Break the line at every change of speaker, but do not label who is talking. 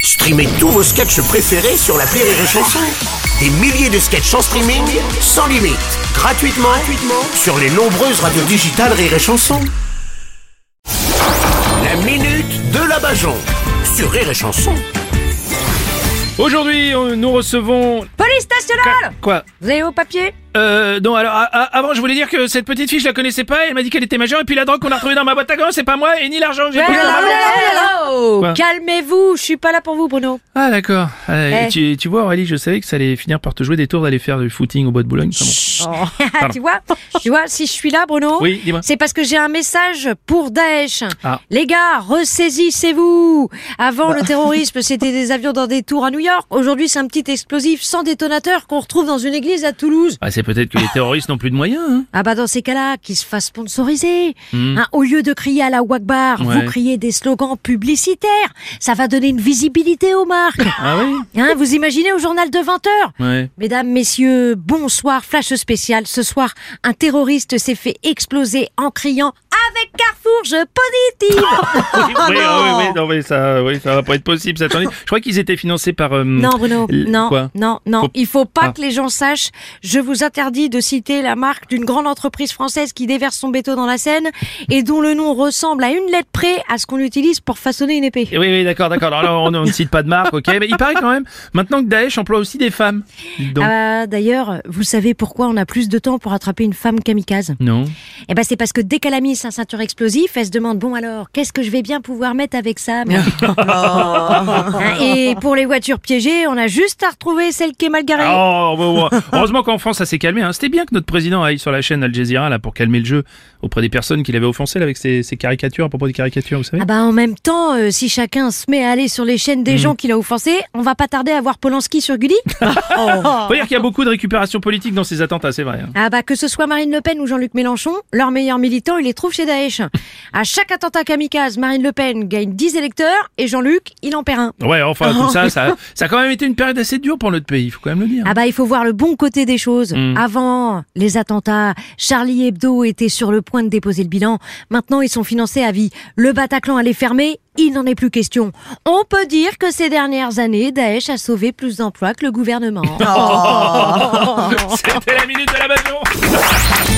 Streamez tous vos sketchs préférés sur la Rire et Chanson. Des milliers de sketchs en streaming, sans limite, gratuitement, gratuitement sur les nombreuses radios digitales Rire et Chanson. La minute de la Bajon sur Rire et Chanson.
Aujourd'hui, on- nous recevons...
Police nationale
Quoi
Vous avez vos papiers
Euh... Non, alors, a- a- avant, je voulais dire que cette petite fille, je la connaissais pas, elle m'a dit qu'elle était majeure, et puis la drogue qu'on a retrouvée dans ma boîte à gants, c'est pas moi, et ni l'argent que j'ai pris dans ma boîte.
Hello
Quoi
Calmez-vous, je suis pas là pour vous, Bruno.
Ah, d'accord. Euh,
Eh.
tu, tu vois, Aurélie, je savais que ça allait finir par te jouer des tours d'aller faire du footing au bois de Boulogne. Enfin, bon.
Oh. tu vois Tu vois, si je suis là, Bruno,
Oui, dis-moi.
c'est parce que j'ai un message pour Daesh.
Ah. Bah.
Les gars, ressaisissez-vous Avant, le terrorisme, c'était des avions dans des tours à New York. Aujourd'hui, c'est un petit explosif sans détonateur qu'on retrouve dans une église à Toulouse.
Ah, c'est peut-être que les terroristes n'ont plus de moyens, hein.
Ah bah dans ces cas-là, qu'ils se fassent sponsoriser.
Hmm.
Hein, au lieu de crier à la Wagbar,
Ouais.
vous criez des slogans publicitaires. Ça va donner une visibilité aux marques.
Ah oui
Hein, vous imaginez au journal de 20h
Ouais.
Mesdames, messieurs, bonsoir, flash spécial. Ce soir, un terroriste s'est fait exploser en criant Avec Carrefour, je positive
Oui, oui,
non
ah oui, oui, non, mais ça, oui, ça va pas être possible, ça. Attendez, je crois qu'ils étaient financés par... euh,
Non, Bruno,
l-
non,
Quoi
non, non.
Faut-
Il faut pas
Ah.
que les gens sachent. Je vous interdis de citer la marque d'une grande entreprise française qui déverse son béton dans la Seine et dont le nom ressemble à une lettre près à ce qu'on utilise pour façonner une épée.
Eh Oui, oui, d'accord, d'accord. Alors, on, on ne cite pas de marque, ok. Mais il paraît quand même, maintenant que Daesh emploie aussi des femmes. Dites donc.
Ah bah, D'ailleurs, vous savez pourquoi on a plus de temps pour attraper une femme kamikaze
Non.
Eh ben c'est parce que dès qu'elle a mis sa ceinture explosive, elle se demande bon alors qu'est-ce que je vais bien pouvoir mettre avec ça mais- Hein, Et pour les voitures piégées, on a juste à retrouver celle qui est mal garée.
Oh, bon, bon. Heureusement qu'en France, ça s'est calmé. Hein. C'était bien que notre président aille sur la chaîne Al Jazeera là, pour calmer le jeu auprès des personnes qu'il avait offensées là, avec ses, ses caricatures, à propos des caricatures, vous savez.
Ah bah en même temps, euh, si chacun se met à aller sur les chaînes des gens qu'il a offensés, on va pas tarder à voir Polanski sur Gulli. bah.
Faut dire qu'il y a beaucoup de récupération politique dans ces attentats, c'est vrai. hein.
Ah bah que ce soit Marine Le Pen ou Jean-Luc Mélenchon, leurs meilleurs militants, ils les trouvent chez Daesh. À chaque attentat kamikaze, Marine Le Pen gagne 10 électeurs et Jean-Luc, il en perd un.
Ouais, enfin, tout ça, ça, ça a quand même été une période assez dure pour notre pays, faut quand même le dire.
Ah bah il faut voir le bon côté des choses.
Mm.
Avant les attentats, Charlie Hebdo était sur le point de déposer le bilan. Maintenant ils sont financés à vie. Le Bataclan allait fermer, il n'en est plus question. On peut dire que ces dernières années, Daesh a sauvé plus d'emplois que le gouvernement.
C'était la minute de la Bajon